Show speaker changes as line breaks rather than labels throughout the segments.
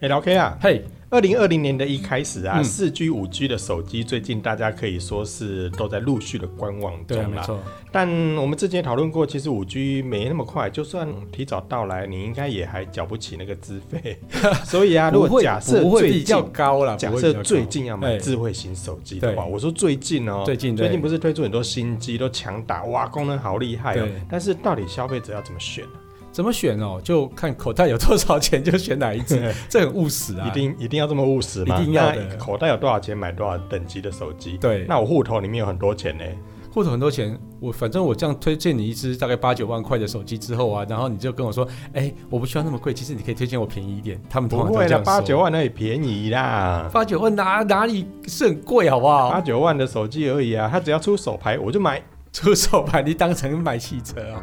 哎，老 K 啊，
嘿，
二零二零年的一开始啊，
嗯
四 G、五 G 的手机最近大家可以说是都在陆续的观望
对啊，
中
没
啦。
错，
但我们之前也讨论过，其实五 G 没那么快，就算提早到来，你应该也还缴不起那个资 费。所以啊，如
不
果
会
假设
不会
最
比较
近
高啦，
假
不会比较
设
高
最近要买
哎
智慧型手机的话，
对
我说最近哦，
最近对
最近不是推出很多新机都强打，哇，功能好厉害哦
对。
但是到底消费者要怎么选？
怎么选哦，就看口袋有多少钱就选哪一 只，这很务实啊，
一定一定要这么务实吗？
一定要的
那口袋有多少钱买多少等级的手机？
对
那我户头里面有很多钱呢。
或者很多钱，我反正我这样推荐你一只大概八九万块的手机之后啊，然后你就跟我说，哎，我不需要那么贵，其实你可以推荐我便宜一点。他们通
不
常都
会
这
啦，
样
八
说
九，万那也便宜啦。
八九万哪哪里是很贵好不好
八？九万的手机而已啊，他只要出手牌我就 买。
出手把你当成买汽车啊、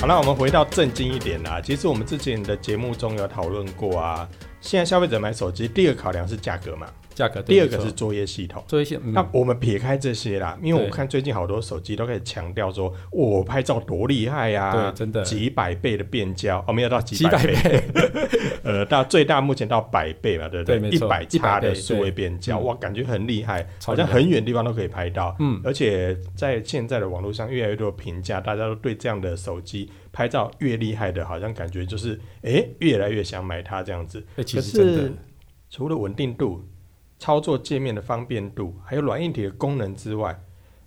好那我们回到正经一点啦。其实我们之前的节目中有讨论过啊，现在消费者买手机，第二个考量是价格嘛，
价格对
第二
没
个
错
是作业系统。
做一些，嗯、
那我们撇开这些啦，因为我
对
看最近好多手机都开始强调说，哦我拍照多厉害呀、
对，真的
几百倍的变焦，哦，没有到几
几
百
百
倍，
倍，
呃，到最大目前到百倍嘛，对不
对没
一
错
百叉的
100倍
数位变焦，
对嗯
哇，感觉很厉害，好
超厉害
像很远的地方都可以拍到。
嗯，
而且在现在的网络上，越来越多的评价，大家都对这样的手机拍照越厉害的，好像感觉就是，诶，越来越想买它这样子。
哎
可
其实真的
是除了稳定度、操作界面的方便度，还有软硬体的功能之外，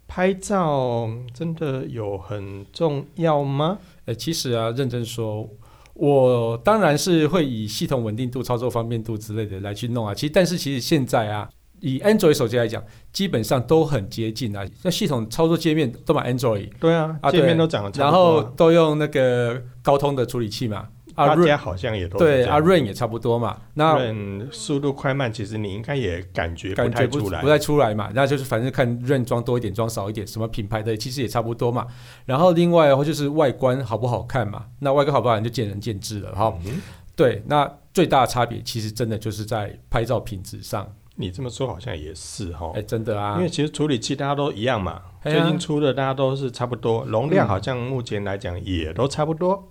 拍照真的有很重要吗？
呃，其实啊，认真说，我当然是会以系统稳定度、操作方便度之类的来去弄啊。其实，但是其实现在啊，以 Android 手机来讲，基本上都很接近啊。那系统操作界面都买 Android，
对啊，
啊
界面
对
都长得差
然
不多
后
啊、
都用那个高通的处理器嘛。啊
大
，Rain
家好像也都是
对
这
啊
样
，Rain 也差不多嘛。那
润速度快慢，其实你应该也感觉不
感
太
觉不
出来。嗯
不太出来嘛，那就是反正看认装多一点，装少一点，什么品牌的其实也差不多嘛。然后另外的话就是外观好不好看嘛，那外观好不好看就见仁见智了哈。
嗯
对，那最大的差别其实真的就是在拍照品质上，
你这么说好像也是哈
哎、，真的啊
因为，其实处理器大家都一样嘛，
哎
最
呀
近出的大家都是差不多，容量
嗯
好像目前来讲也都差不多。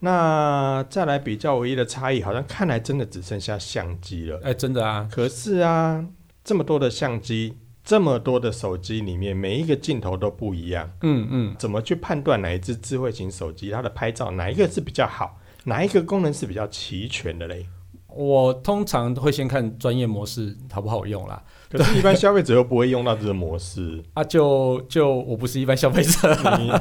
那再来比较唯一的差异，好像看来真的只剩下相机了。
哎、真的啊，
可是啊，这么多的相机，这么多的手机里面，每一个镜头都不一样。
嗯嗯，
怎么去判断哪一只智慧型手机它的拍照哪一个是比较好，哪一个功能是比较齐全的 嘞？
我通常会先看专业模式好不好用啦，
可是，一般消费者又不会用到这个模式。
啊就就我不是一般消费者，
你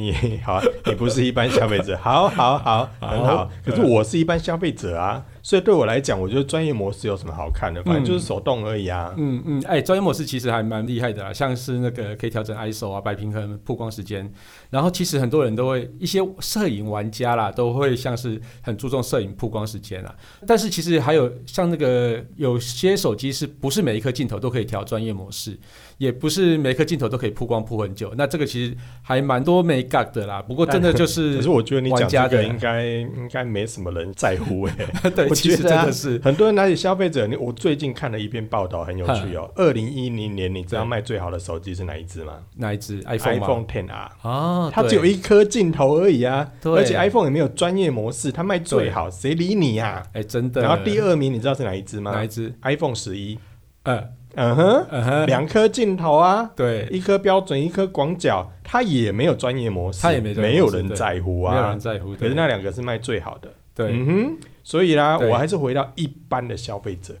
你好，你不是一般消费者，好好好，很好
好。
可是我是一般消费者啊，所以对我来讲，我觉得专业模式有什么好看的？反正就是手动而已啊。
嗯嗯，哎、专业模式其实还蛮厉害的啦，像是那个可以调整 ISO 啊、白平衡、曝光时间，然后其实很多人都会一些摄影玩家啦，都会像是很注重摄影曝光时间啦，但是其实还有像那个有些手机是不是每一颗镜头都可以调专业模式，也不是每一颗镜头都可以曝光曝很久，那这个其实还蛮多没 g 的啦，不过真的
哎
就
可
是
是我觉得你讲这
玩家
个
的
应该应该没什么人在乎哎、
对，
我
其
觉
实真
得啊
的是
很多人拿起消费者，你我最近看了一篇报道，很有趣哦。二零一零年，你知道卖最好的手机是哪一只吗
哪一只 iPhone 吗？
？iPhone Ten R，
啊，
它只有
一，
一颗镜头而已啊，
对
而且 iPhone 也没有专业模式，它卖最好，谁理你呀、
哎、真的，
然后第
二
二名你知道是哪一只
哪
吗
一只？
？iPhone 十一，
嗯
嗯哼，
嗯哼，
两颗镜头啊，
对。
一颗标准，一颗广角，它也没有专业模式，
它也没专业
没有
模式
人
对
在乎
没有
啊
人。在乎。
可
对
是那两个是卖最好的。
对、
嗯哼，所以啦，
对
我还是回到一般的消费者，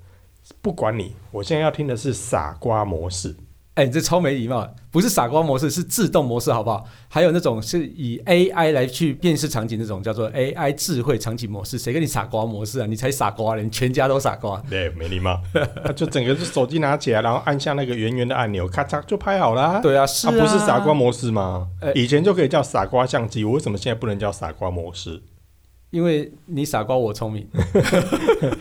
不管你，我现在要听的是傻瓜模式。
哎、你这超没礼貌，不是傻瓜模式，是自动模式，好不好？还有那种是以 AI 来去辨识场景，那种叫做 AI 智慧场景模式，谁跟你傻瓜模式啊？你才傻瓜嘞，你全家都傻瓜。
对，没礼 貌，啊就整个就手机拿起来，然后按下那个圆圆的按钮，咔嚓就拍好啦。
对啊，是
啊，不是傻瓜模式吗
哎？
以前就可以叫傻瓜相机，我为什么现在不能叫傻瓜模式？
因为你傻瓜我聪明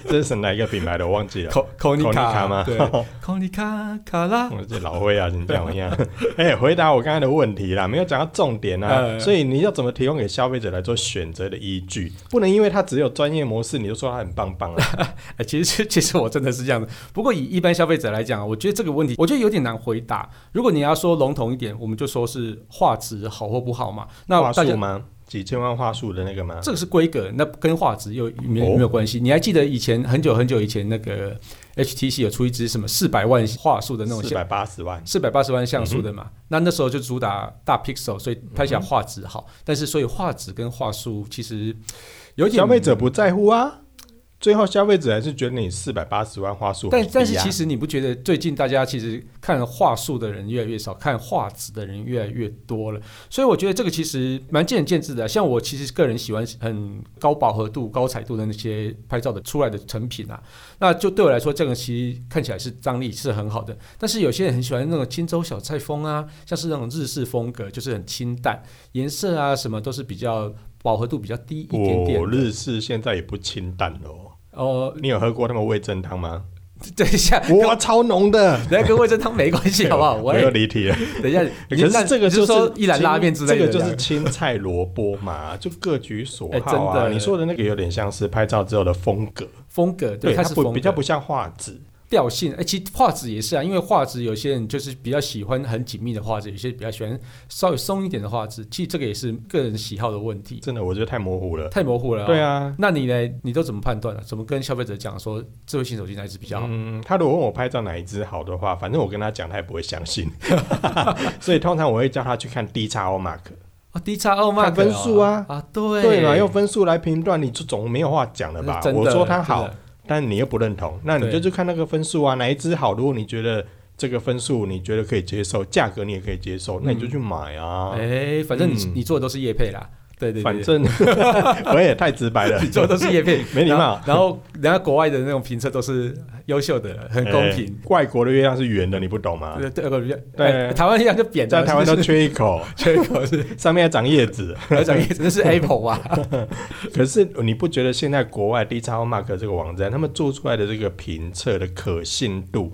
这是哪一个品牌的？我忘记了。
，Co c o n i
卡
a
吗？
对 c o n i a 卡拉，
我 这老灰啊，你这 样一样。哎、回答我刚才的问题啦，没有讲到重点啊。
呃
所以你要怎么提供给消费者来做选择的依据？不能因为它只有专业模式，你就说它很棒棒啊。
哎，其实 其实我真的是这样的。不过以一般消费者来讲啊，我觉得这个问题，我觉得有点难回答。如果你要说笼统一点，我们就说是画质好或不好嘛。那
话
大
术
家
吗？几千万话术的那个吗？
这个是规格，那跟画质又没
哦
有没有关系。你还记得以前很久很久以前那个 HTC 有出一支什么四百万画素的那种
四百嗯八十万，
四百八十万像素的嘛，那那时候就主打大 pixel，所以拍
嗯
起来画质好。但是所以画质跟画素其实有点
消费者不在乎啊。最后消费者还是觉得你四百八十万话术很
但
低啊、
但是其实你不觉得最近大家其实看话术的人越来越少，看画质的人越来越多了？所以我觉得这个其实蛮见仁见智的啊。像我其实个人喜欢很高饱和度、高彩度的那些拍照的出来的成品啊，那就对我来说，这个其实看起来是张力是很好的。但是有些人很喜欢那种青州小菜风啊，像是那种日式风格，就是很清淡，颜色啊什么都是比较饱和度比较低一点点
我。日式现在也不清淡了哦。
哦，
你有喝过他们味噌汤吗？
等一下，
哇，超浓的！哎
等一下跟味噌汤 没关系，好不好？
我
也
又离题了。
等一下，
可是这个
就是说一兰拉面之类的，
这个就是青菜萝卜嘛， 就各取所好
哎
啊。
真的
你说的那个有点像是拍照之后的风格，
风格，对，它
它
是
不
风
比较
格
不像画质。
调性。哎、其实画质也是啊，因为画质有些人就是比较喜欢很紧密的画质，有些比较喜欢稍微松一点的画质。其实这个也是个人喜好的问题，
真的，我觉得太模糊了。
太模糊了、
对。啊，
那你呢？你都怎么判断啊？怎么跟消费者讲说智慧型手机哪一支比较好？
嗯，他如果问我拍照哪一支好的话，反正我跟他讲，他也不会相信。 所以通常我会叫他去看 D 叉 O Mark，
啊，D 叉 O 嘛，
看分数啊
啊，对呃
对啊，用分数来评断，你就总没有话讲了吧？
真的
我说他
真的
好，但你又不认同，那你就
对
去看那个分数啊，哪一支好？如果你觉得这个分数你觉得可以接受，价格你也可以接受，那你就去买啊。
嗯哎、反正你、
嗯
你做的都是业配啦，对对对，
反正 我也太直 白了，
你做的都是业配，
没礼貌
然后。然后人家国外的那种评测都是优秀的，很公平。
哎外国的月亮是圆的，你不懂吗？
对对，呃不是
啊对
哎台湾一样就扁的，
在台湾都
是
缺一口，
不是缺口是，
上面还长叶子。
来讲 真的是 Apple 啊吧？
可是你不觉得现在国外 D x O Mark 这个网站，他们做出来的这个评测的可信度？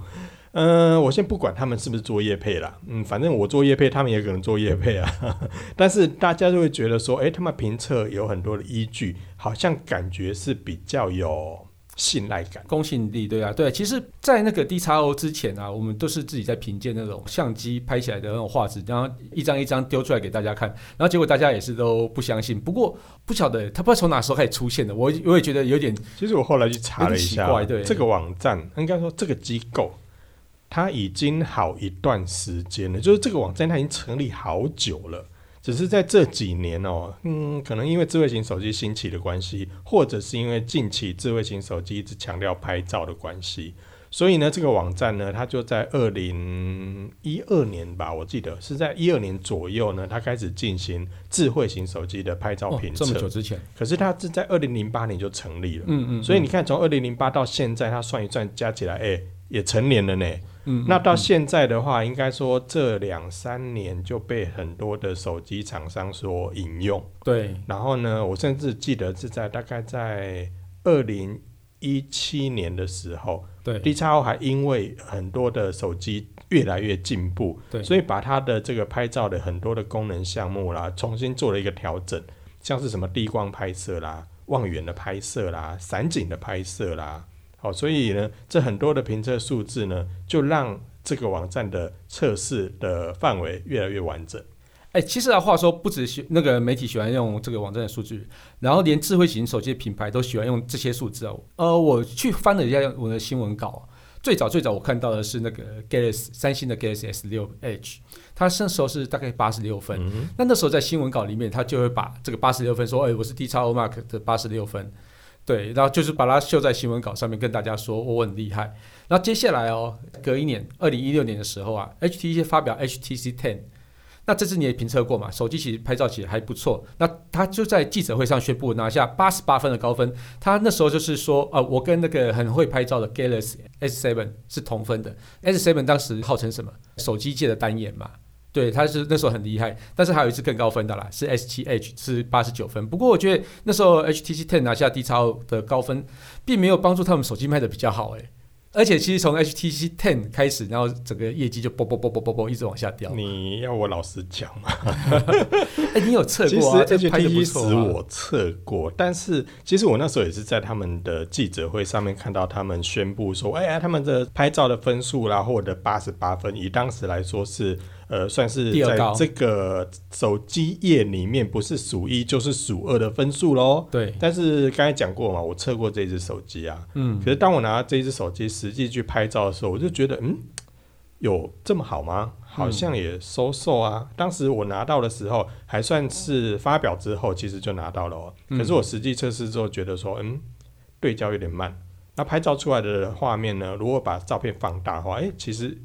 嗯、我先不管他们是不是做业配啦，嗯，反正我做业配，他们也可能做业配啊。 但是大家就会觉得说，诶，他们评测有很多的依据，好像感觉是比较有信赖感。
公信力对啊，对，其实，在那个 D x O 之前啊，我们都是自己在评鉴那种相机拍起来的那种画质，然后一张一张丢出来给大家看，然后结果大家也是都不相信。不过不晓得他不知道从哪时候开始出现的，我我也觉得有点
其实我后来去查了一下
有点奇怪，对
这个网站应该说这个机构，它已经好一段时间了，就是这个网站它已经成立好久了。只是在这几年哦，嗯，可能因为智慧型手机兴起的关系，或者是因为近期智慧型手机一直强调拍照的关系，所以呢，这个网站呢，它就在二零一二年吧，我记得是在一二年左右呢，它开始进行智慧型手机的拍照
哦
评测。
这么久之前，
可是它是在二零零八年就成立了，
嗯嗯，
所以你看从二零零八到现在，它算一算加起来，哎、也成年了呢。
嗯
那到现在的话，应该说这两三年就被很多的手机厂商所引用。
对
然后呢，我甚至记得是在大概在二零一七年的时候
对
，D 叉 O 还因为很多的手机越来越进步，
对，
所以把它的这个拍照的很多的功能项目啦，重新做了一个调整，像是什么低光拍摄啦、望远的拍摄啦、散景的拍摄啦，好、所以呢，这很多的评测数字呢，就让这个网站的测试的范围越来越完整。
哎、其实啊，话说不止喜那个媒体喜欢用这个网站的数据，然后连智慧型手机的品牌都喜欢用这些数字哦。呃，我去翻了一下我的新闻稿啊，最早最早我看到的是那个 Galaxy 三星的 Galaxy S 六 Edge，它那时候是大概八十六分。
嗯，
那那时候在新闻稿里面，他就会把这个八十六分说，哎、我是 D x O Mark 的八十六分，对，然后就是把它秀在新闻稿上面跟大家说我很厉害。然后接下来哦，隔一年，二零一六年的时候啊，HTC 发表 HTC Ten。那这次你也评测过嘛？手机其实拍照起来还不错。那他就在记者会上宣布拿下八十八分的高分。他那时候就是说，啊，我跟那个很会拍照的 Galaxy S7 是同分的。S7 当时号称什么？手机界的单眼嘛。对，他是那时候很厉害，但是还有一次更高分的啦，是 S 七 H 是八十九分。不过我觉得那时候 HTC Ten 拿下 D x O 的高分，并没有帮助他们手机卖的比较好哎、而且其实从 HTC Ten 开始，然后整个业绩就啵啵啵啵啵啵一直往下掉。
你要我老实讲吗？
哎、你有测
其实
过啊？这拍的不
HTC 十
错、啊。
我测过，但是其实我那时候也是在他们的记者会上面看到他们宣布说，哎呀，他们的拍照的分数啦，获得八十八分，以当时来说是呃，算是
第二
在
高
这个手机业里面不是数一就是数二的分数喽。
对，
但是刚才讲过嘛，我测过这只手机啊，
嗯
可，是当我拿这只手机实际去拍照的时候，我就觉得，嗯，有这么好吗？好像也收售啊。当时我拿到的时候，还算是发表之后，其实就拿到了、哦。
嗯
可是我实际测试之后，觉得说，嗯，对焦有点慢。那拍照出来的画面呢？如果把照片放大的话，诶，哎其实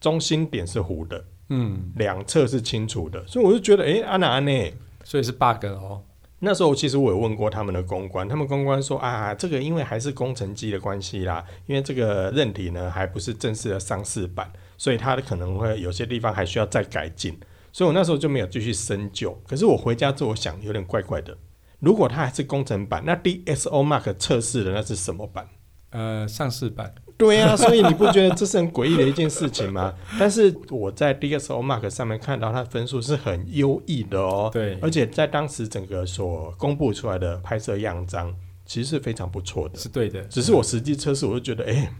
中心点是糊的，
嗯，
两侧是清楚的，所以我就觉得，诶，安娜安内。
所以是 bug 哦。
那时候其实我有问过他们的公关，他们公关说啊，这个因为还是工程机的关系啦，因为这个韧体呢还不是正式的上市版，所以它可能会有些地方还需要再改进。所以我那时候就没有继续深究。可是我回家之后，我想有点怪怪的。如果它还是工程版，那 DSO Mark 测试的那是什么版？
呃，上市版，
对呀、所以你不觉得这是很诡异的一件事情吗？ 但是我在 DSO Mark 上面看到它分数是很优异的哦。
对，
而且在当时整个所公布出来的拍摄样章，其实是非常不错的。
是对的。
只是我实际测试，我就觉得，哎、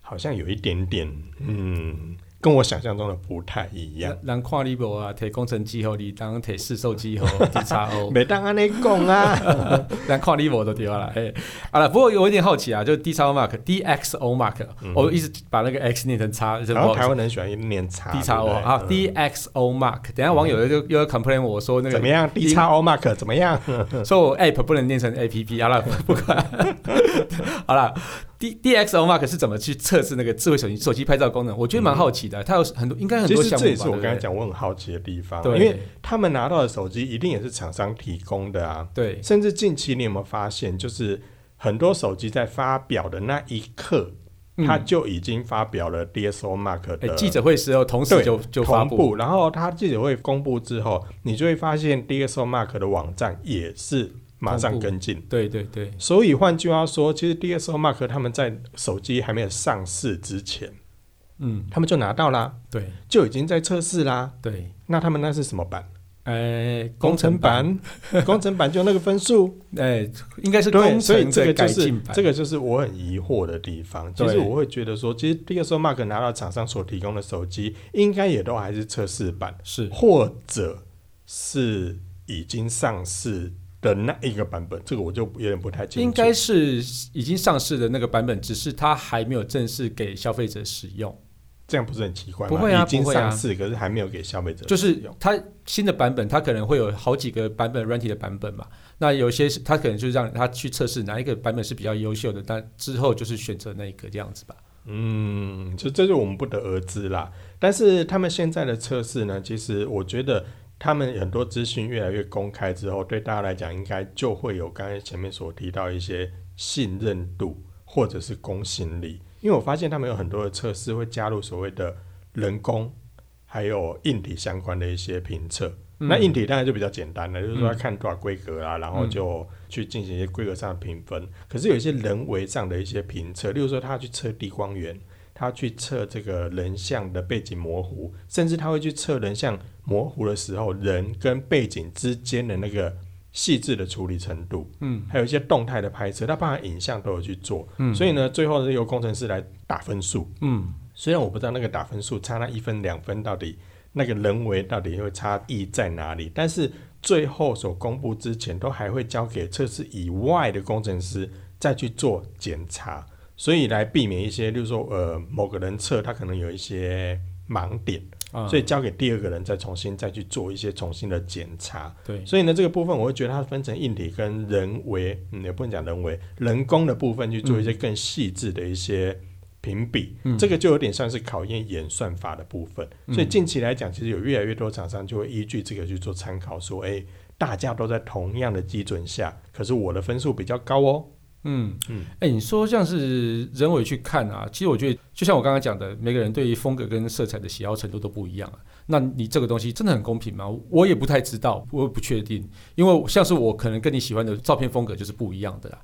好像有一点点，嗯，跟我想象中的不太一样。
人看你无啊，摕工程机互你当摕市售 机互 D x O，
每当安内讲 啊，
人看你无就对啦。哎，好了，不过我有点好奇啊，就 D x O mark D X O mark，我一直把那个 X 念成叉，
然后嗯台湾人喜欢念叉
D x O
对不对
啊
嗯
D X O mark，等一下网友又又要 complain 我说那
怎么
个，
样？D 叉 O Mark 怎么样？
说我 app 不能念成 A P P，好了， 不管，好了。D D X O Mark 是怎么去测试那个智慧手机手机拍照功能？我觉得蛮好奇的，啊它有很多应该很
嗯其
多
实
项目吧。
这也是我
对不
刚才
对
讲我很好奇的地方，
对，
因为他们拿到的手机一定也是厂商提供的啊。
对
甚至近期你有没有发现，就是很多手机在发表的那一刻，
嗯
它就已经发表了 DSO Mark
哎
的
记者会时候同时
呃对
就就发
同
布，
步，然后它记者会公布之后，你就会发现 DSO Mark 的网站也是马上
同步
跟进。
对对对，
所以换句话说，其实 DSO Mark 他们在手机还没有上市之前，
嗯，
他们就拿到啦，
对
就已经在测试啦。
对，
那他们那是什么版？
呃，
工程，版，工程版就那个分数。
哎，应该是
对，
工
所以
程
这
的
个
改
就是
进版，
这个就是我很疑惑的地方。其实
对
我会觉得说，其实第一个时候 Mark 拿到厂商所提供的手机，应该也都还是测试版，
是
或者是已经上市的那一个版本。这个我就有点不太清楚。
应该是已经上市的那个版本，只是它还没有正式给消费者使用，
这样不是很奇怪吗？
不会啊
已经
不会啊
上市，可是还没有给消费者
就
使
是
用
它新的版本，它可能会有好几个版本软体的版本嘛，那有些是它可能就让它去测试哪一个版本是比较优秀的，但之后就是选择那一个这样子吧，
嗯，就这就我们不得而知啦。但是他们现在的测试呢，其实我觉得他们很多资讯越来越公开之后，对大家来讲应该就会有刚才前面所提到一些信任度或者是公信力。因为我发现他们有很多的测试会加入所谓的人工还有硬体相关的一些评测。那硬体当然就比较简单了，就是说要看多少规格啊，然后就去进行一些规格上的评分。可是有一些人为上的一些评测，例如说他要去测地光源，他要去测这个人像的背景模糊，甚至他会去测人像模糊的时候，人跟背景之间的那个细致的处理程度。
嗯，
还有一些动态的拍摄，它包含影像都有去做。
嗯
所以呢，最后是由工程师来打分数。
嗯，
虽然我不知道那个打分数差那一分两分到底那个人为到底会差异在哪里，但是最后所公布之前都还会交给测试以外的工程师再去做检查，所以来避免一些，例如说呃某个人测他可能有一些盲点，
啊，
所以交给第二个人再重新再去做一些重新的检查。
对，
所以呢，这个部分我会觉得它分成硬体跟人为，嗯，也不能讲人为，人工的部分去做一些更细致的一些评比，
嗯
这个就有点像是考验演算法的部分。所以近期来讲，其实有越来越多厂商就会依据这个去做参考，说，哎，大家都在同样的基准下，可是我的分数比较高哦，
嗯
嗯
嗯，哎、你说像是人为去看啊，其实我觉得就像我刚刚讲的，每个人对于风格跟色彩的喜好程度都不一样啊。那你这个东西真的很公平吗？我也不太知道，我也不确定，因为像是我可能跟你喜欢的照片风格就是不一样的啦。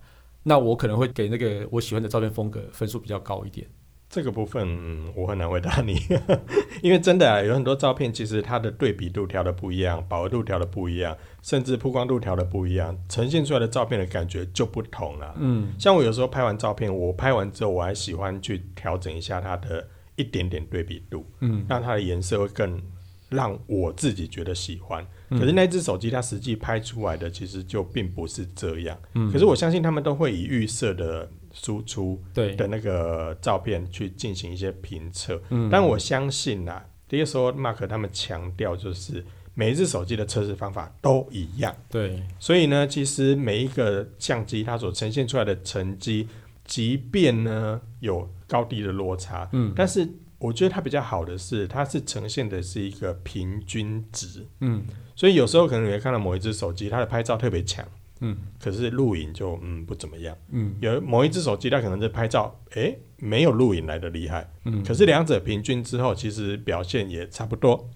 那我可能会给那个我喜欢的照片风格分数比较高一点。
这个部分、嗯我很难回答你， 因为真的、啊、有很多照片，其实它的对比度调的不一样，饱和度调的不一样，甚至曝光度调的不一样，呈现出来的照片的感觉就不同了、
嗯
像我有时候拍完照片，我拍完之后，我还喜欢去调整一下它的一点点对比度，
嗯
让它的颜色会更让我自己觉得喜欢。
嗯
可是那只手机它实际拍出来的其实就并不是这样。
嗯
可是我相信他们都会以预设的输出
对
的那个照片去进行一些评测。
嗯
但我相信啦、第一时候 Mark 他们强调就是每一只手机的测试方法都一样。
对
所以呢，其实每一个相机它所呈现出来的成绩，即便呢有高低的落差，
嗯
但是我觉得它比较好的是，它是呈现的是一个平均值。
嗯
所以有时候可能你会看到某一只手机它的拍照特别强，
嗯
可是录影就嗯不怎么样。
嗯
有某一只手机它可能是拍照，诶没有录影来的厉害，
嗯，
可是两者平均之后，其实表现也差不多。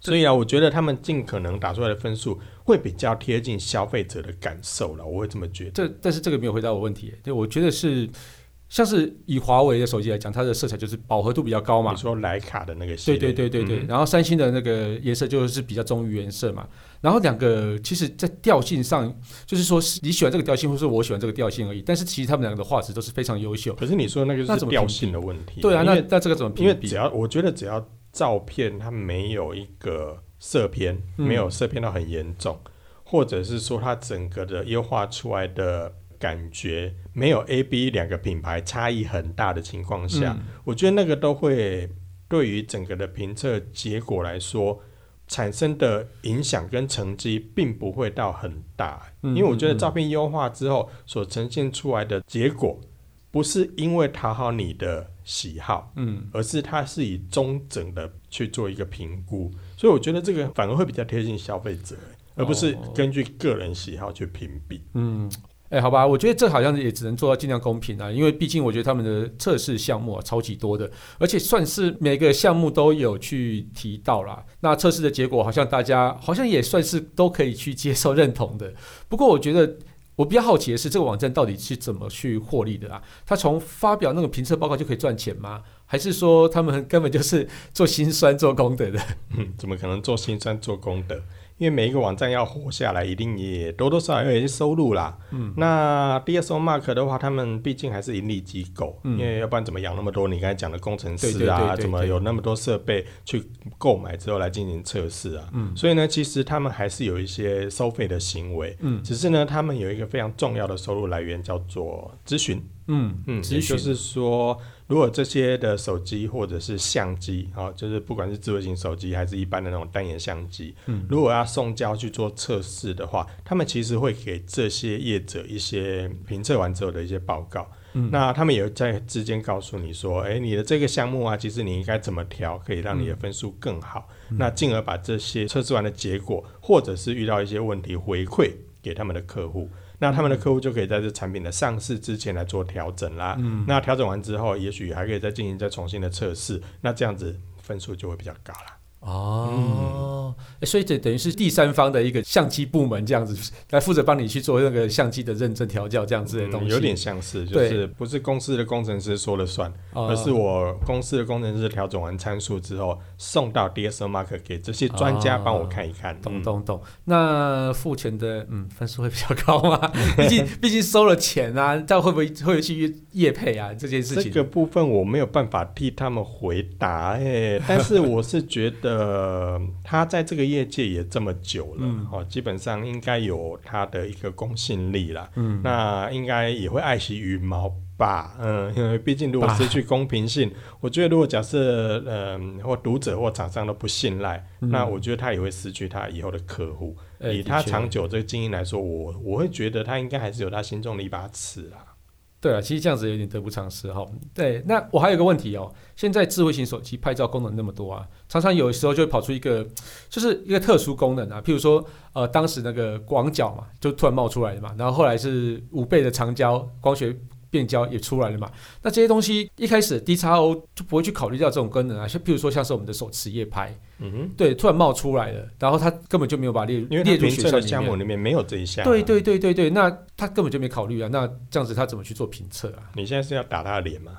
所以啊，我觉得他们尽可能打出来的分数会比较贴近消费者的感受了，我会这么觉得。
这但是这个没有回答我问题耶。对，我觉得是像是以华为的手机来讲，它的色彩就是饱和度比较高嘛
你，说徕卡的那个系
对
列，
对对对对，
嗯
然后三星的那个颜色就是比较忠于原色嘛，然后两个其实，在调性上，就是说是你喜欢这个调性，或是我喜欢这个调性而已，但是其实他们两个的画质都是非常优秀。
可是你说那个
那
就是
怎么
调
评
性的问题，
对啊，
因
那
为
那这个怎么
因为
评比
只？要我觉得只要照片它没有一个色偏，
嗯
没有色偏到很严重，或者是说它整个的优化出来的感觉没有 A、B 两个品牌差异很大的情况下，
嗯
我觉得那个都会对于整个的评测结果来说，产生的影响跟成绩并不会到很大，
嗯
因为我觉得照片优化之后所呈现出来的结果，不是因为讨好你的喜好，
嗯
而是它是以中整的去做一个评估，所以我觉得这个反而会比较贴近消费者，而不是
哦
根据个人喜好去评比。
嗯，哎、好吧，我觉得这好像也只能做到尽量公平啊，因为毕竟我觉得他们的测试项目啊超级多的，而且算是每个项目都有去提到啦。那测试的结果好像大家好像也算是都可以去接受认同的。不过我觉得。我比较好奇的是，这个网站到底是怎么去获利的啊？它从发表那个评测报告就可以赚钱吗？还是说他们根本就是做心酸、做功德的？
嗯，怎么可能做心酸做功德？因为每一个网站要活下来，一定也多多少少要有一些收入啦。嗯，那 DSO Mark 的话，他们毕竟还是盈利机构，
嗯
因为要不然怎么养那么多你刚才讲的工程师
对对对
啊？
对对
怎么有那么多设备去购买之后来进行测试啊？嗯，所以呢，其实他们还是有一些收费的行为，
嗯
只是呢，他们有一个非常重要的收入来源叫做咨询。
嗯
嗯，
咨
也就
询
是说，如果这些的手机或者是相机啊、就是不管是智慧型手机还是一般的那种单眼相机，
嗯
如果要送交去做测试的话，他们其实会给这些业者一些评测完之后的一些报告。
嗯
那他们也会在之间告诉你说，哎，你的这个项目啊，其实你应该怎么调，可以让
嗯
你的分数更好。那进而把这些测试完的结果，或者是遇到一些问题回馈给他们的客户。那他们的客户就可以在这产品的上市之前来做调整啦。嗯，那调整完之后，也许还可以再进行再重新的测试，那这样子分数就会比较高啦。
哦，诶所以这等于是第三方的一个相机部门这样子，来负责帮你去做那个相机的认证调教这样子的东西，
嗯有点像是，就
对
是不是公司的工程师说了算，
呃，
而是我公司的工程师调整完参数之后，送到 DSL Mark 给这些专家
啊
帮我看一看。
懂
嗯
懂懂。那付钱的嗯分数会比较高吗？ 毕竟毕竟收了钱啊，但会不会会去业配啊这件事
这
情？
个部分我没有办法替他们回答 哎、但是我是觉得他在这个业界也这么久了，
嗯
哦，基本上应该有他的一个公信力啦，
嗯
那应该也会爱惜羽毛吧，嗯，因为毕竟如果
吧
失去公平 性，我觉得如果假设嗯、或读者或厂商都不信赖，
嗯
那我觉得他也会失去他以后的客户。
哎
以
的
他
确
长久这个经营来说，我我会觉得他应该还是有他心中的一把尺啦。
对啊，其实这样子有点得不偿失哈。对，那我还有一个问题哦，现在智慧型手机拍照功能那么多啊，常常有时候就会跑出一个，就是一个特殊功能啊，譬如说呃，当时那个广角嘛，就突然冒出来的嘛，然后后来是五倍的长焦光学。变焦也出来了嘛？那这些东西一开始 D x O 就不会去考虑到这种功能啊，像譬如说像是我们的手持夜拍，
嗯哼，
对，突然冒出来了，然后它根本就没有把它列入
因为
列
它
入
评
学
测
校
的
里
项
面
目。里面没有这一项、啊
对，对对对对，那他根本就没考虑啊，那这样子他怎么去做评测啊？
你现在是要打他的脸吗？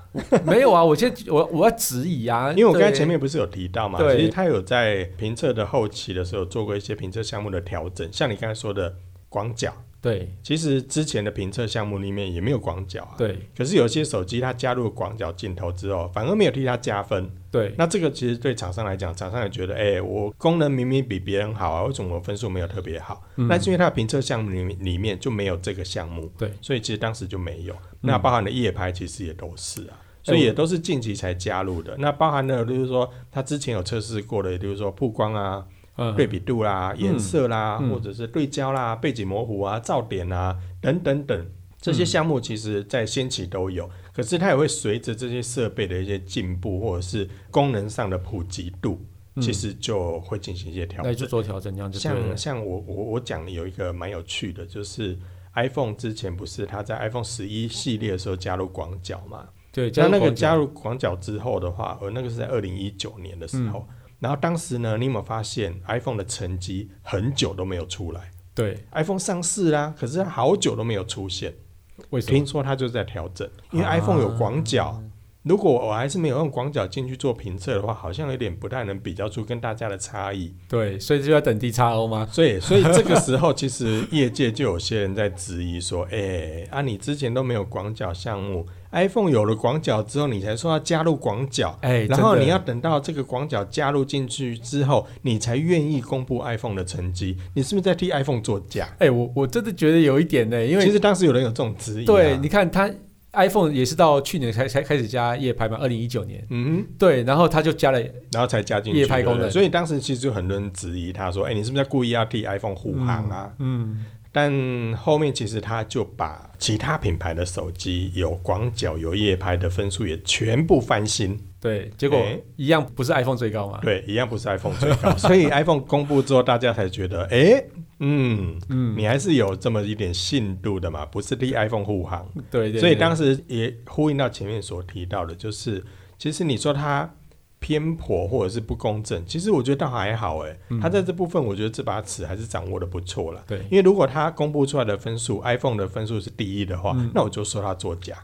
没有啊，我现在我我要质疑啊，
因为我刚才
对
前面不是有提到嘛，
对
其实他有在评测的后期的时候做过一些评测项目的调整，像你刚才说的广角，
对
其实之前的评测项目里面也没有广角啊。。
对
可是有些手机它加入广角镜头之后，反而没有替它加分。
对
那这个其实对厂商来讲，厂商也觉得，哎、我功能明明比别人好啊，为什么我分数没有特别好？
嗯
那是因为它的评测项目里面里面就没有这个项目，
对，
所以其实当时就没有。
嗯
那包含的夜拍其实也都是
哎
啊，所以也都是近期才加入的。那包含的，就是说它之前有测试过的，也就是说曝光啊、
嗯
对比度啦、颜色啦，
嗯
或者是对焦啦、背景模糊啊、噪点啊等等等。这些项目其实，在先期都有，可是它也会随着这些设备的一些进步，或者是功能上的普及度，
嗯
其实就会进行一些调
那
整。
就做调整这样就对了
像。像我我我讲有一个蛮有趣的，就是 iPhone 之前不是它在 iPhone 十一系列的时候加入广角嘛？
对，
那
入
那个
广角
加入广角之后的话，呃，那个是在二零一九年的时候。
嗯
然后当时呢，你有没有发现 iPhone 的成绩很久都没有出来
对，
？iPhone 上市啦、可是它好久都没有出现。
为什么？
听说它就在调整，因为
啊
iPhone 有广角，如果我还是没有用广角进去做评测的话，好像有点不太能比较出跟大家的差异。
对，所以就要等 D x O 吗？
所以，所以这个时候，其实业界就有些人在质疑说：“哎、 啊，你之前都没有广角项目，iPhone 有了广角之后，你才说要加入广角，
哎，
然后
真的
你要等到这个广角加入进去之后，你才愿意公布 iPhone 的成绩，你是不是在替 iPhone 作假
哎，我我真的觉得有一点呢，？”因为
其实当时有人有这种质疑、啊，
对，你，看它 iPhone 也是到去年才才开始加夜拍嘛，二零一九年。
嗯
对，然后它就加了
哼，然后才加进去
夜拍功能
对不对所以当时其实就很多人质疑他说：“哎、你是不是在故意要替 iPhone 护航啊？”
嗯，
但后面其实他就把其他品牌的手机有广角、有夜拍的分数也全部翻新，
对，结果
哎
一样不是 iPhone 最高嘛？
对，一样不是 iPhone 最 高，所以 iPhone 公布之后，大家才觉得，哎、嗯，
嗯，
你还是有这么一点信度的嘛，不是替 iPhone 护航。
对对。
所以
对
当时也呼应到前面所提到的，就是其实你说它偏颇或者是不公正，其实我觉得倒还好、诶，哎、
嗯
它在这部分我觉得这把尺还是掌握的不错啦。
对
因为如果它公布出来的分数，iPhone 的分数是第一的话，
嗯
那我就说它作假。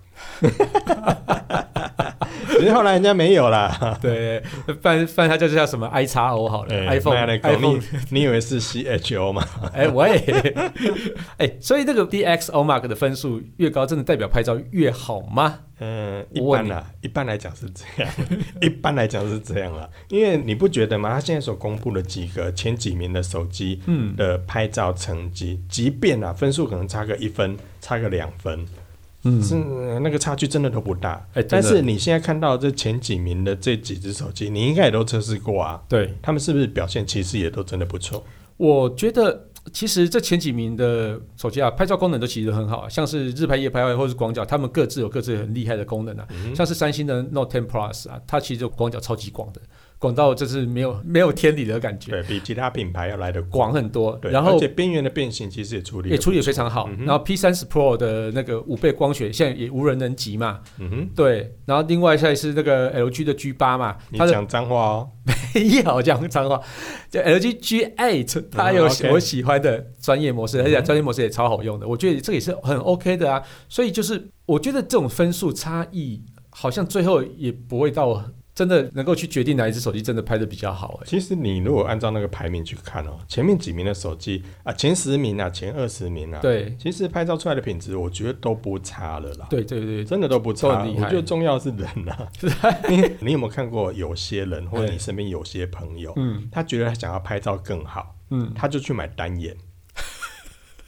只是后来人家没有啦，
对，不然不然它就叫什么 i x O 好了
哎妈
，iPhone
的狗
iPhone，
你你以为是 C H O 吗？
哎喂， 哎，所以这个 D X O Mark 的分数越高，真的代表拍照越好吗？
嗯，一
我问
般啦，一般来讲是这样， 一般来讲是这样啦，因为你不觉得吗？他现在所公布的几个前几名的手机
嗯，
的拍照成绩，即便啊分数可能差个一分，差个两分，
嗯
是呃那个差距真的都不大。
哎真的
但是你现在看到这前几名的这几只手机，你应该也都测试过啊，
对，
他们是不是表现其实也都真的不错？
我觉得其实这前几名的手机啊，拍照功能都其实很好啊，像是日拍、夜拍或者是广角，他们各自有各自很厉害的功能啊。
嗯
像是三星的 Note 10 Plus 啊，它其实就广角超级广的，广到就是没有没有天理的感觉，
对比其他品牌要来的
广。很多。
对，
然后
而且嗯边缘的变形其实也处理
也
得
处理得非常好。然后 P 3 0 Pro 的那个五倍光学现在也无人能及嘛，
嗯哼，
对。然后另外现在是那个 LG 的 G 8嘛，
你
它的
讲脏话哦。
也好讲脏话，就 LG G 8它
嗯
有
，OK
我喜欢的专业模式，而且
嗯
专业模式也超好用的，我觉得这也是很 OK 的啊。所以就是我觉得这种分数差异好像最后也不会到。真的能够去决定哪一只手机真的拍的比较好、欸，
其实你如果按照那个排名去看哦，前面几名的手机啊，前十名啊，前二十名啊，，
对
其实拍照出来的品质，我觉得都不差了啦。
对对对，
真的都不
都
差，
很厉
我
害
觉得重要是人 啊。 你你有没有看过有些人或者你身边有些朋友，
嗯
他觉得他想要拍照更好，
嗯，
他就去买单眼。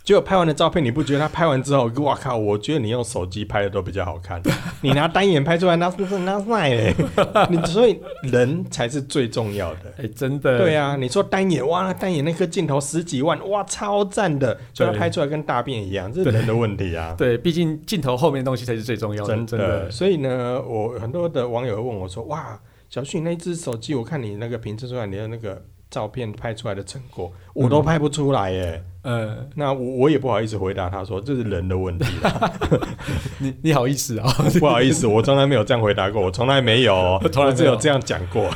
结果拍完的照片，你不觉得他拍完之后，哇靠！我觉得你用手机拍的都比较好看， 你拿单眼拍出来，那是那帅嘞。 你所以人才是最重要的。
哎、真的，
对啊，你说单眼哇，那单眼那颗镜头十几万，哇，超赞的，所以它
对
拍出来跟大便一样，这是
对
人的问题 啊。
对，毕竟镜头后面的东西才是最重要的，
真
真
的。所以呢，我很多的网友问我说：“哇，小旭，你那只手机，我看你那个评测出来，你的那个照片拍出来的成果，我都拍不出来耶。
呃，
那我我也不好意思回答他说这是人的问题啦，
你你好意思啊、
不好意思，我从来没有这样回答过，我从来没有哦，
从来没有
我只有这样讲过。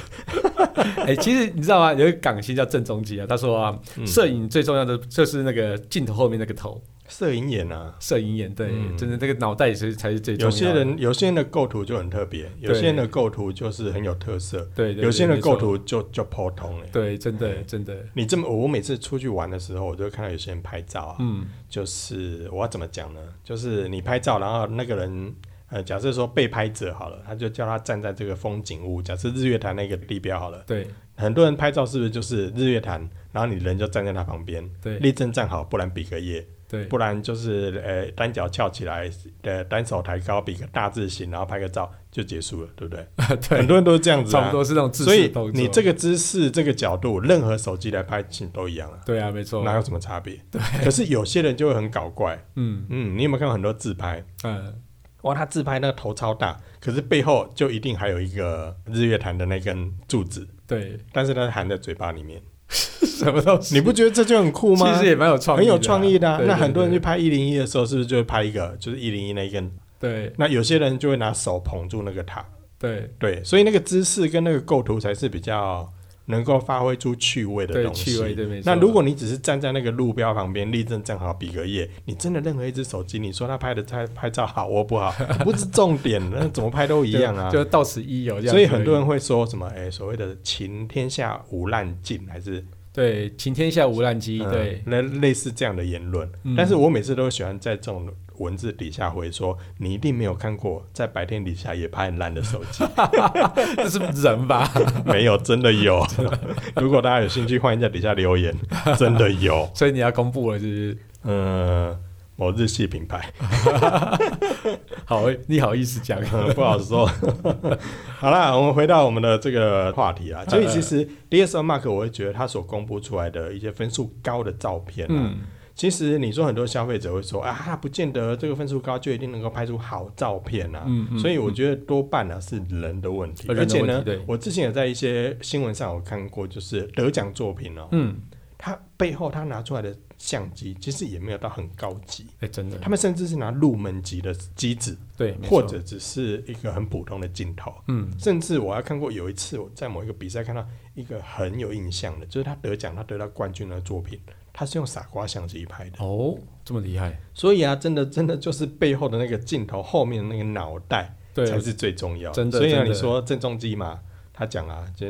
哎、其实你知道吗？有一个港星叫郑中基啊，他说啊，
嗯
摄、影最重要的就是那个镜头后面那个头，
摄影眼啊，
摄影眼，对，
嗯
真的这个脑袋也是才是最重要
有些
的。
人有些人的构图就很特别，有些人的构图就是很有特色，
对，对
有些人的
没错
构图就就普通哎。
对，真的真的，
你这么，我每次出去玩的时候，我就会看到有些人拍照啊，
嗯，
就是我要怎么讲呢？就是你拍照，然后那个人，呃，假设说被拍者好了，他就叫他站在这个风景屋，假设日月潭那个地标好了，
对
很多人拍照是不是就是日月潭，然后你人就站在他旁边，
对
立正站好，不然比个耶，
对
不然就是呃单脚翘起来，呃单手抬高，比个大字形，然后拍个照就结束了，对不对？
对，
很多人都是这样子、啊，
差不多是那种自
所以你这
个
个姿势、这个角度，任何手机来拍，其实都一样啊。
对啊，没错，
哪有什么差别？对。可是有些人就会很搞怪，
嗯
嗯，你有没有看过很多自拍？
嗯，
哇，他自拍那个头超大，可是背后就一定还有一个日月潭的那根柱子，
对，
但是它含在嘴巴里面，
什么东西？
你不觉得这就很酷吗？
其实也蛮有创意
很
的啊，
有创意的、啊。
对
那
对
很多人去
对
拍一零一的时候，是不是就会拍一个就是一零一那一根？
对
那有些人就会拿手捧住那个塔，
对
对，所以那个姿势跟那个构图才是比较能够发挥出趣味的
对
东西。
趣味，对没错。
那如果你只是站在那个路标旁边立正站好比个耶，你真的任何一只手机，你说它拍的拍拍照好或不好，不是重点，那怎么拍都一样啊
就。就到此一游这样子而已。
所以很多人会说什么，哎、所谓的“秦天下无滥尽”还是
对“晴天下无烂鸡”，
嗯
对，
那类似这样的言论。
嗯
但是我每次都喜欢在这种文字底下回说，你一定没有看过在白天底下也拍很烂的手机，
这是人吧？
没有，真的有。 如果大家有兴趣，欢迎在底下留言， 真的有。
所以你要公布了，就是
嗯，某日系品牌。
好，你好意思 讲？
嗯不好说。好啦，我们回到我们的这个话题啊。所以其实 DSLR Mark，我会觉得它所公布出来的一些分数高的照片、啊，
嗯，
其实你说很多消费者会说啊，它不见得这个分数高就一定能够拍出好照片啊。
嗯嗯
所以我觉得多半呢、啊、是人的问题，
呃
而
人的
且
问题
呢
对，
我之前也在一些新闻上有看过，就是得奖作品哦，
嗯，
它背后它拿出来的相机其实也没有到很高级，
哎，真的
他，们甚至是拿入门级的机子，
对，没错
或者只是一个很普通的镜头。
嗯，
甚至我还看过有一次我在某一个比赛看到一个很有印象的，就是他得奖，他得到冠军的作品，他是用傻瓜相机拍的。
哦，这么厉害，
所以啊，真的真的就是背后的那个镜头后面的那个脑袋
对，
才是最重要
真的
所以啊，
真的
你说郑中基嘛，他讲啊，就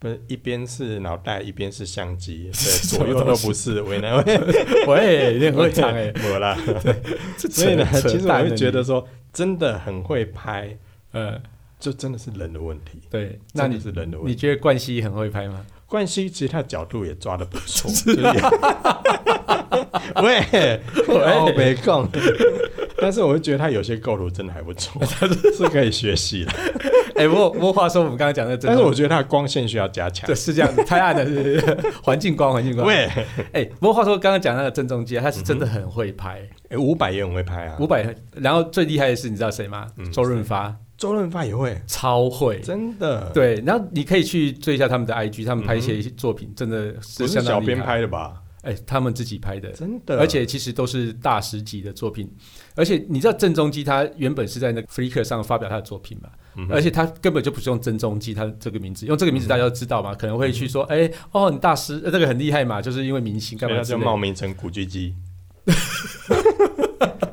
不是一边是脑袋，一边是相 机，对，左右都不是，为难为
喂，你很 会 唱哎，
我啦。
这
所以呢，
扯
其实我
淡了
会
你
觉得说，真的很会拍，
呃，
就真的是人的问题。
对，那
真的
你
是人的问
你
题。
觉得冠希很会拍吗？
冠希其实他角度也抓的不 错，就是也 喂，我没 空。但是我会觉得他有些构图真的还不 错，是可以学习的。
哎，不过不过话说，我们刚刚讲的，
但是我觉得他的光线需要加强
对，。是这样子，太暗了，是不是 环境光，环 境光。
喂，
哎，不过话说，刚刚讲那个郑中基啊，他是真的很会拍，
五百也很会拍啊
五，百。然后最厉害的是，你知道谁吗？
嗯
周润发，
周润发也会，
超会，
真的。，
对，然后你可以去追一下他们的 IG，他们拍一些作品，真的
不
嗯是
是
相
小
当厉
编
害。
拍的吧？
哎、他们自己拍的，
真的，
而且其实都是大师级的作品。而且你知道郑中基他原本是在那个 Flickr 上发表他的作品嘛？
嗯
而且他根本就不是用郑中基他这个名字，用这个名字大家都知道嘛，可能会去
嗯
说，哎、哦，你大师、呃、这个很厉害嘛，就是因为明星干
所以
嘛
他
之
就
类
冒
的。
名成古巨基。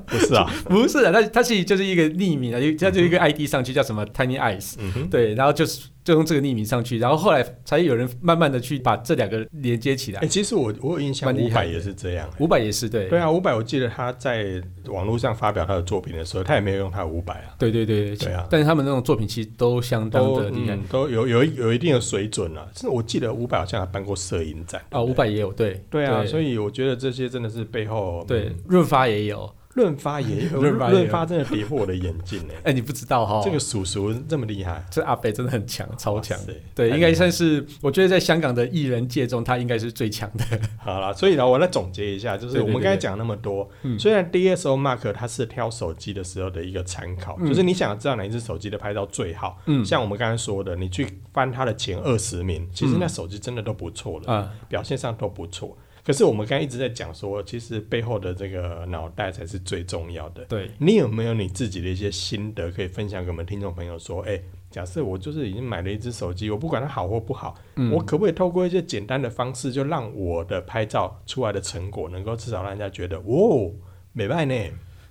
不是啊，
不是的，它它其实就是一个匿名的，就它就一个 ID 上去叫什么 Tiny Eyes，
嗯哼，
对，然后就是就用这个匿名上去，然后后来才有人慢慢的去把这两个连接起
哎、
来。
其实我我有印象，
蛮
伍
厉害
佰
的
也是这样、
伍佰也是对，
对啊，伍佰，我记得他在网络上发表他的作品的时候，他也没有用他的伍佰啊，
对对对
对啊
但是他们那种作品其实都相当啊
都
的厉害
嗯、都有有一有一定的水准啊。是我记得伍佰好像还办过摄影展
啊，伍佰也有对，
对啊，
以
所以我觉得这些真的是背后
对
嗯
润发也有，
润发也 有
润发也有
润发真的跌破我的眼镜哎、
哎，你不知道哈，
这个叔叔这么厉害，
这阿北真的很强，超强
哇。塞
对，
太
应该
厉害
算是我觉得在香港的艺人界中，他应该是最强的。
好啦，所以呢，我来总结一下，就是
对对
我们
对
刚才
对
讲那么多，
嗯
虽然 DSO Mark 它是挑手机的时候的一个参考，
嗯
就是你想知道哪一只手机的拍照最好，
嗯
像我们刚才说的，你去翻它的前二十名，其实
嗯
那手机真的都不错了，
啊，
表现上都不错。可是我们刚才一直在讲说，其实背后的这个脑袋才是最重要的。
对，
你有没有你自己的一些心得可以分享给我们听众朋友？说，哎、假设我就是已经买了一只手机，我不管它好或不好，
嗯
我可不可以透过一些简单的方式，就让我的拍照出来的成果，能够至少让人家觉得，哦，美败呢？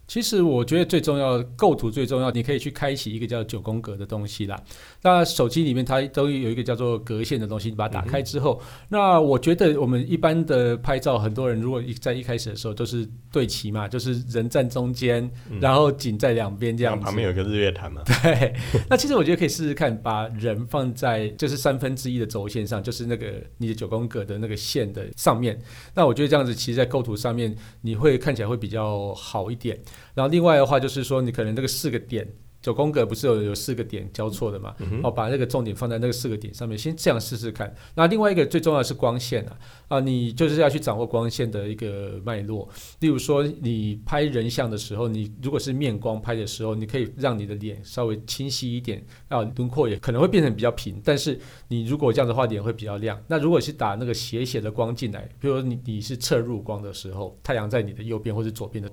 其实我觉得最重要，构图最重要，你可以去开启一个叫九宫格的东西啦。那手机里面它都有一个叫做格线的东西，你把它打
嗯
开之后，那我觉得我们一般的拍照，很多人如果一在一开始的时候都是对齐嘛，就是人站中间，
嗯
然后景在两边这
这
样
样
子。
旁边有一个日月 潭嘛，
对，那其实我觉得可以试试看，把人放在就是三分之一的轴线上，就是那个你的九宫格的那个线的上面。那我觉得这样子，其实在构图上面你会看起来会比较好一点。然后另外的话就是说，你可能那个四个点。九宫格不是有有四个点交错的嘛？
嗯哼
哦，把那个重点放在那个四个点上面，先这样试试看。那另外一个最重要的是光线啊，啊，你就是要去掌握光线的一个脉络。例如说，你拍人像的时候，你如果是面光拍的时候，你可以让你的脸稍微清晰一点，啊，轮廓也可能会变成比较平。但是你如果这样的话，脸会比较亮。那如果是打那个斜斜的光进来，比如说你你是侧入光的时候，太阳在你的右边或者左边的，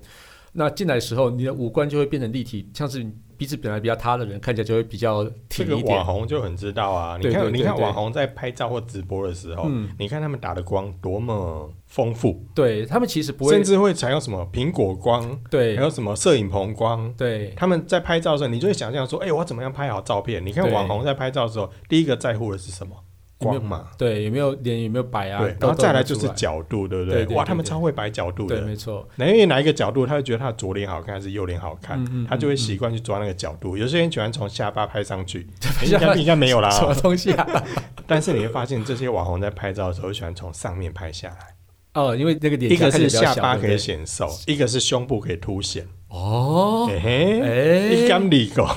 那进来的时候，你的五官就会变成立体，像是你鼻子本来比较塌的人，看起来就会比较
这
挺
个
一
网
点。
红就很知道啊。你
对
看，
对对
你看
对
网红在拍照或直播的时候，
嗯
你看他们打的光多么丰富，
对他们其实不会
甚至会采用什么苹果光，
对
还有什么摄影棚光，
对
他们在拍照的时候，你就会想象说，哎、我要怎么样拍好照片？你看
对
网红在拍照的时候，第一个在乎的是什么？
有没有
光嘛，
对，有没有脸有没有白啊？
对，然
痘
后
痘
再来
没
就
出
是角度，对不
对对对
哇，
对
他们超会摆角度
对，
的。
没错，
哪因为哪一个角度，他会觉得他的左脸好看还是右脸好看，
嗯嗯
他就会
嗯
习惯去抓那个角度。有些人喜欢从下巴拍上去，人
下
家
巴
应该没有啦。
什么东西啊？
但是你会发现，这些网红在拍照的时候喜欢从上面拍下来，
哦，因为那个脸
一个是
下
下巴可以
写
显瘦，一个是胸部可以凸显。
哦，
嘿嘿，一
哎，
干理狗。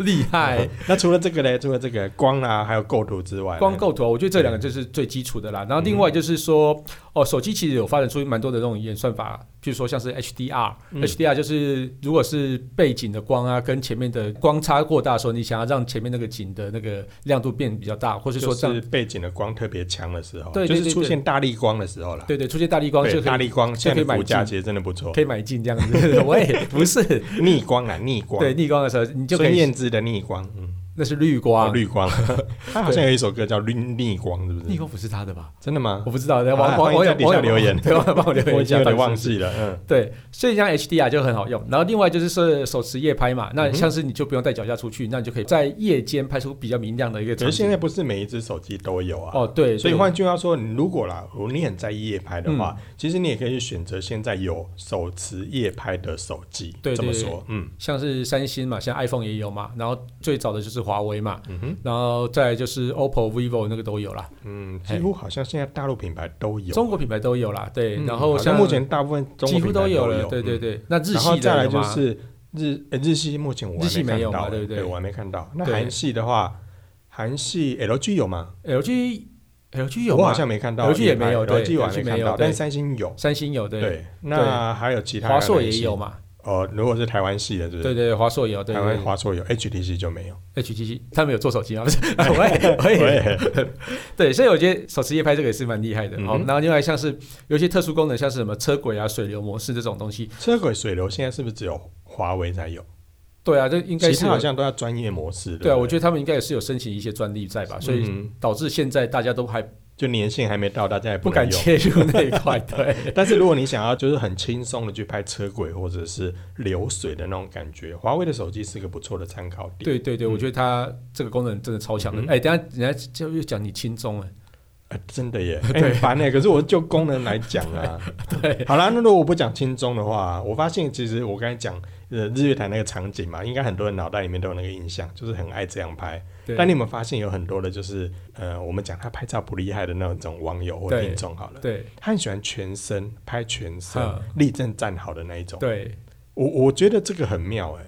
厉害！
那除了这个呢？除了这个光啊，还有构图之外呢，
光构图啊，我觉得这两个就是最基础的啦。
嗯
然后另外就是说，哦，手机其实有发展出蛮多的那种演算法，譬如说像是 HDR，HDR、
嗯
HDR 就是如果是背景的光啊，跟前面的光差过大的时候，你想要让前面那个景的那个亮度变比较大，或是
就
说这样，
是背景的光特别强的时候，
对
就
对
是
对
出
对
现大力光的时候了。
对对，出现大力光就
对，
可
大
以
力光现在
就可
的
以买
股价
进
其实真的不错
可，以买进这样子。 我也不是
逆光啊，逆光，
对，逆光的时候，你就可
孙
以
燕姿的逆光，嗯，
那是绿
哦
光，
绿 光，她好像有一首歌叫《绿逆光》，是不
逆
是？
光不是他的吧？
真的吗
我？不知道，网
好啦
网
啊欢迎
网
在
友
底下
网友
留言
对，网友帮我留言
我
一
已经
下，
有
到
点
底是
忘记了，嗯，
对，所以像 HDR 就很好用。然后另外就是说手持夜拍嘛，
嗯
那
哼
像是你就不用带脚架出去，那你就可以在夜间拍出比较明亮的一个
可
场
是
景。
现在不是每一只手机都有啊。
哦，对，
所以
对嗯
换句话说，你如果啦，如果你很在意夜拍的话，其实你也可以去选择现在有手持夜拍的手机。
对
这么
对
说，嗯
像是三星嘛，像 iPhone 也有嘛，然后最早的就是华为嘛，
嗯哼
然后再来就是 OPPO、vivo 那个都有啦，
嗯，几乎好像现在大陆品牌都有。
中国品牌都有啦，对。
嗯
然
好
后像
目前大部分中
几
国
乎
品牌
都有
了
了，，对对
嗯。
对。那日
然后
系
再
的
来
有
就
吗？
是日呃日系，目前我还
日系
没
没
看
有嘛
到，
对不对
我还没看到。那
对
韩系的话，韩系 LG 有吗？
LG LG 有
我好
吗？
像没看到
LG 也没有对
，LG 我还
LG
看
没
到
有，
但
对
三星有。
三星有对，
对，那还有其他
华硕
哪
也
些
有嘛？
哦，如果是台湾系的，是不
对
是？
对，华硕也有，对
台
对
湾
对
华硕有，HTC 就没有。
HTC 他们有做手机吗？不是， 我也我也
对，
对，所以我觉得手持夜拍这个也是蛮厉害的。
嗯
好、
哼
然后另外像是有一些特殊功能，像是什么车轨啊、水流模式这种东西，
车轨水流现在是不是只有华为才有？
对啊，这应该
其
是
他
有
好像都要专业模式。
对啊，我
得嗯
觉得他们应该也是有申请一些专利在吧，所以导致现在大家都还
就年限还没到，大家也
不
能
敢
用。
切入那一 块，对。
但是如果你想要就是很轻松的去拍车轨或者是流水的那种感觉，华为的手机是个不错的参考点。
对对对，我觉得它这个功能真的超强的。
嗯
哎、等一下人家就又讲你轻重了，
呃，真的 耶，哎很烦哎。可是我就功能来讲啊，
对，
好啦，那如果我不讲轻中的话，我发现其实我刚才讲呃日月潭那个场景嘛，应该很多人脑袋里面都有那个印象，就是很爱这样拍。
对
但你有没有发现有很多的，就是呃我们讲他拍照不厉害的那种网友或
对
听众好了，
对
他很喜欢全身拍全身
嗯，
立正站好的那一种。
对，
我我觉得这个很妙哎、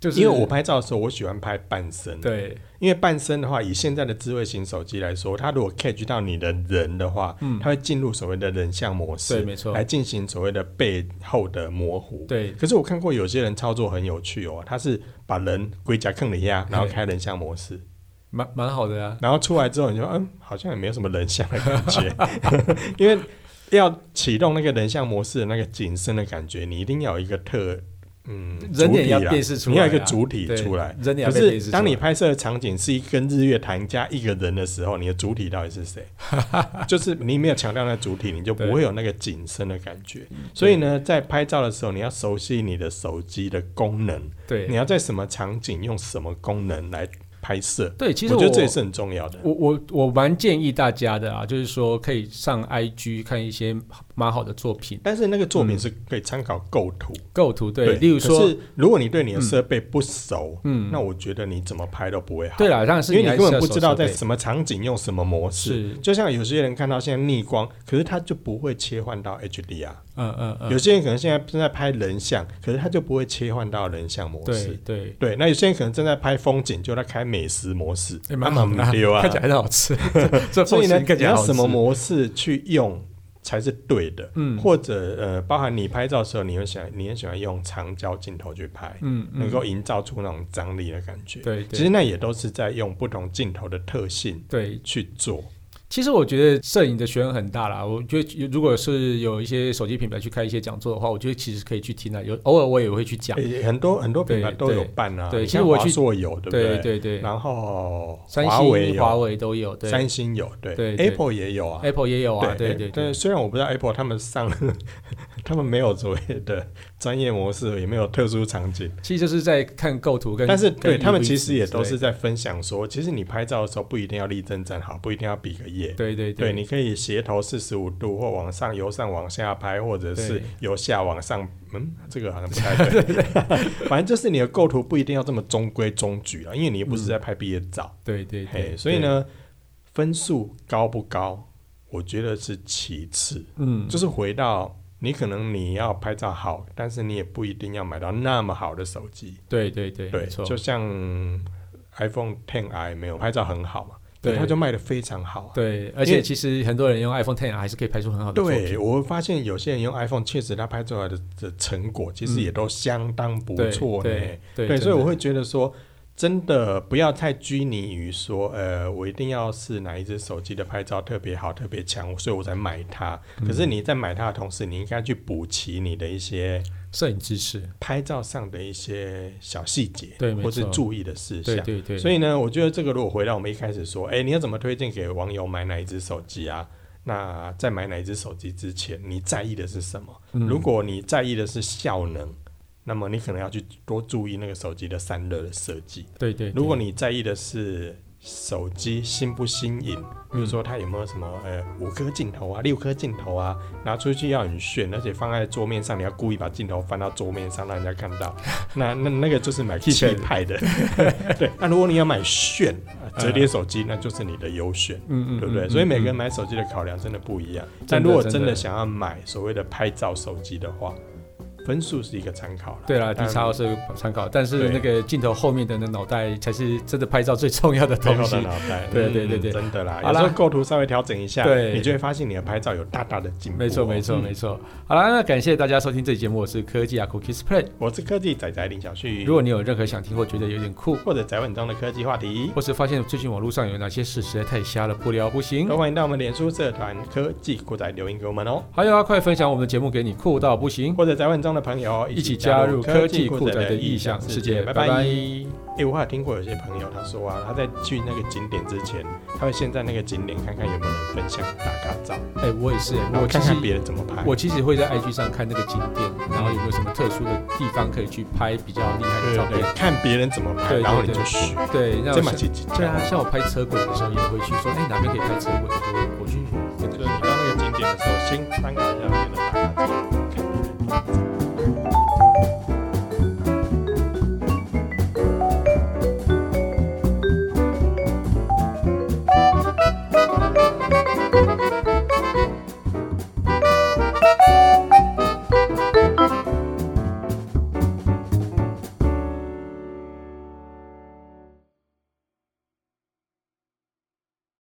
就是
因为我拍照的时候，我喜欢拍半身。，
对
因为半身的话，以现在的智慧型手机来说，它如果 catch 到你的人的话，
嗯
它会进入所谓的人像模式，
对没错
来进行所谓的背后的模糊。。
对
可是我看过有些人操作很有趣哦，他是把人龟甲坑了一下，然后开人像模式，
蛮蛮好的啊，
然后出来之后你就嗯，好像也没有什么人像的感觉， 因为要启动那个人像模式的那个景深的感觉，你一定要有一个特嗯
人脸要
主体啦
辨识出
你
来啊、
要有一个主体
对
出来。
人脸
可
要被辨
是
识出
当你
来
拍摄的场景是一跟日月潭加一个人的时候，你的主体到底是 谁？就是你没有强调那主体，你就不会有那个景深的感觉。
嗯
所以呢，在拍照的时候，你要熟悉你的手机的功能，你
对
要在什么场景用什么功能来拍摄。
对，其实
我觉得这也是很重要的。
我我我蛮建议大家的啊，就是说可以上 IG 看一些蛮好的作品，
但是那个作品是可以参考构图，
构图嗯对，例如
可
说，
是如果你对你的设备不熟，
嗯，
那我觉得你怎么拍都不会好。
对啦，当然是
因为你
还
根
是
本
要
不
手
知道在
手背
什么场景用什么模式。
是，
就像有些人看到现在逆光，可是他就不会切换到 HDR。
嗯嗯嗯，
有些人可能现在正在拍人像，可是他就不会切换到人像模
对
式。
对，
对，那有些人可能正在拍风景，就在开美食模式，
哎
啊蛮丢啊
看。起来很好吃，这
所以呢，
凤梨看
你
起来
要
好吃
什么模式去用才是对的？
嗯
或者呃，包含你拍照的时候，你会想，你很喜欢用长焦镜头去拍，
嗯嗯
能够营造出那种张力的感觉。
对
其
对
实那也都是在用不同镜头的特性
对，
去做。
其实我觉得摄影的学问很大啦。我觉得如果是有一些手机品牌去开一些讲座的话，我觉得其实可以去听啊。有偶尔我也会去讲，
诶很多很多品牌
对
都有办啊，
对
你
其实
看
我
华
去
硕有，对不
对
对
对对，
然后
三
华为
星、华
有，
为都有，对
三星有，对
对对
a p p l e 也有啊。
，Apple 也有啊，对对
对虽然我不知道 Apple 他们上， 他们没有所谓的专业模式，也没有特殊场景，
其实就是在看构图跟，
但是
跟
对他们
UV
其实也都是
之类
在
的
分享说，其实你拍照的时候不一定要立正站好，不一定要比个耶，
对对
对，你可以斜头四十五度，或往上由上往下拍，或者是
对
由下往上。嗯，这个好像不太 对。 反正就是你的构图不一定要这么中规中矩啊了，因为你又不是在拍毕业照。
对对
嘿，
对，
所以呢，分数高不高，我觉得是其次，
对，嗯，
就是回到你可能你要拍照好，但是你也不一定要买到那么好的手机。
对对对，
对，
没错，
就像 iPhone Ten i 没有拍照很好嘛，
对
它就卖的非常好、啊。
对，而
因
且
为
其实很多人用 iPhone Ten 还是可以拍出很好的作品
对，，我发现有些人用 iPhone，确实他拍出来的的成果其实也都相当不
对
错呢。
嗯对对
对，所以我
会
会觉得说，真的不要太拘泥于说，呃，我一定要是哪一只手机的拍照特别好、特别强，所以我才买它。
嗯
可是你在买它的同时，你应该去补齐你的一些
摄影知识，
拍照上的一些小细节，
对没
或是
错
注意的事项
对。对对，
所
以
以呢，我觉得这个如果回到我们一开始说，哎、你要怎么推荐给网友买哪一只手机啊？那在买哪一只手机之前，你在意的是什么？如果你在意的是效能，那么你可能要去多注意那个手机的散热的设计。
对对，
如果你在意的是手机新不新
嗯
颖，比如说它有没有什么呃五颗镜头啊、六颗镜头啊，拿出去要很炫，而且放在桌面上，你要故意把镜头翻到桌面上让人家看 到，那那那个就是买气派的。 对，那如果你要买炫呃折叠手机，那就是你的优选。
嗯嗯，
对不对？
嗯
所以每个人
嗯
买手机的考量真的不一样。
真的
但如果
真
真
的
的想要买所谓的拍照手机的话，分数是一个参考了。
对啦
当然
d 叉是参考，但是
对
那个镜头后面的那脑袋才是真的拍照最重要的
背
东
后
西
的。脑袋，
对对对对
嗯真的啦。
好
有
啦
时候构图稍微调整一下，
对
你就会发现你的拍照有大大的进步哦。
没错，没错，
嗯
没错。好啦，那感谢大家收听这期节目，我是科技啊 Cookies Play。
我是科技仔仔林小旭，
如果你有任何想听或觉得有点酷，
或者宅稳中的科技话题，
或是发现最近网络上有哪些事实在太瞎了，不聊不行
都。欢迎到我们脸书社团科技酷仔留言给我们哦。
还有啊，快分享我们的节目给你酷到不行。
或者宅稳中的朋友哦
一起
加
加入科技酷宅的异想世界。
拜拜。
拜拜。
诶，我还有听过有些朋友他说啊，他在去那个景点之前，他会先在那个景点看看有没有人分享打卡照，
哎、我也是、哎
然后
我
看
其实
看别人怎么拍。
我其实会在 IG 上看那个景点，然后有没有什么特殊的地方可以去拍比较厉害
对
的照
对
片
对，。看别人怎么拍，
对对
然后你
对
就学。
对，那
这
我
蛮
像
积极的。
对啊，像我拍车轨的时候也会去说，哎、哪边可以拍车轨，我就会我去
就是你到那个景点的时候，先参考一下那边的打卡照。看别人怎么拍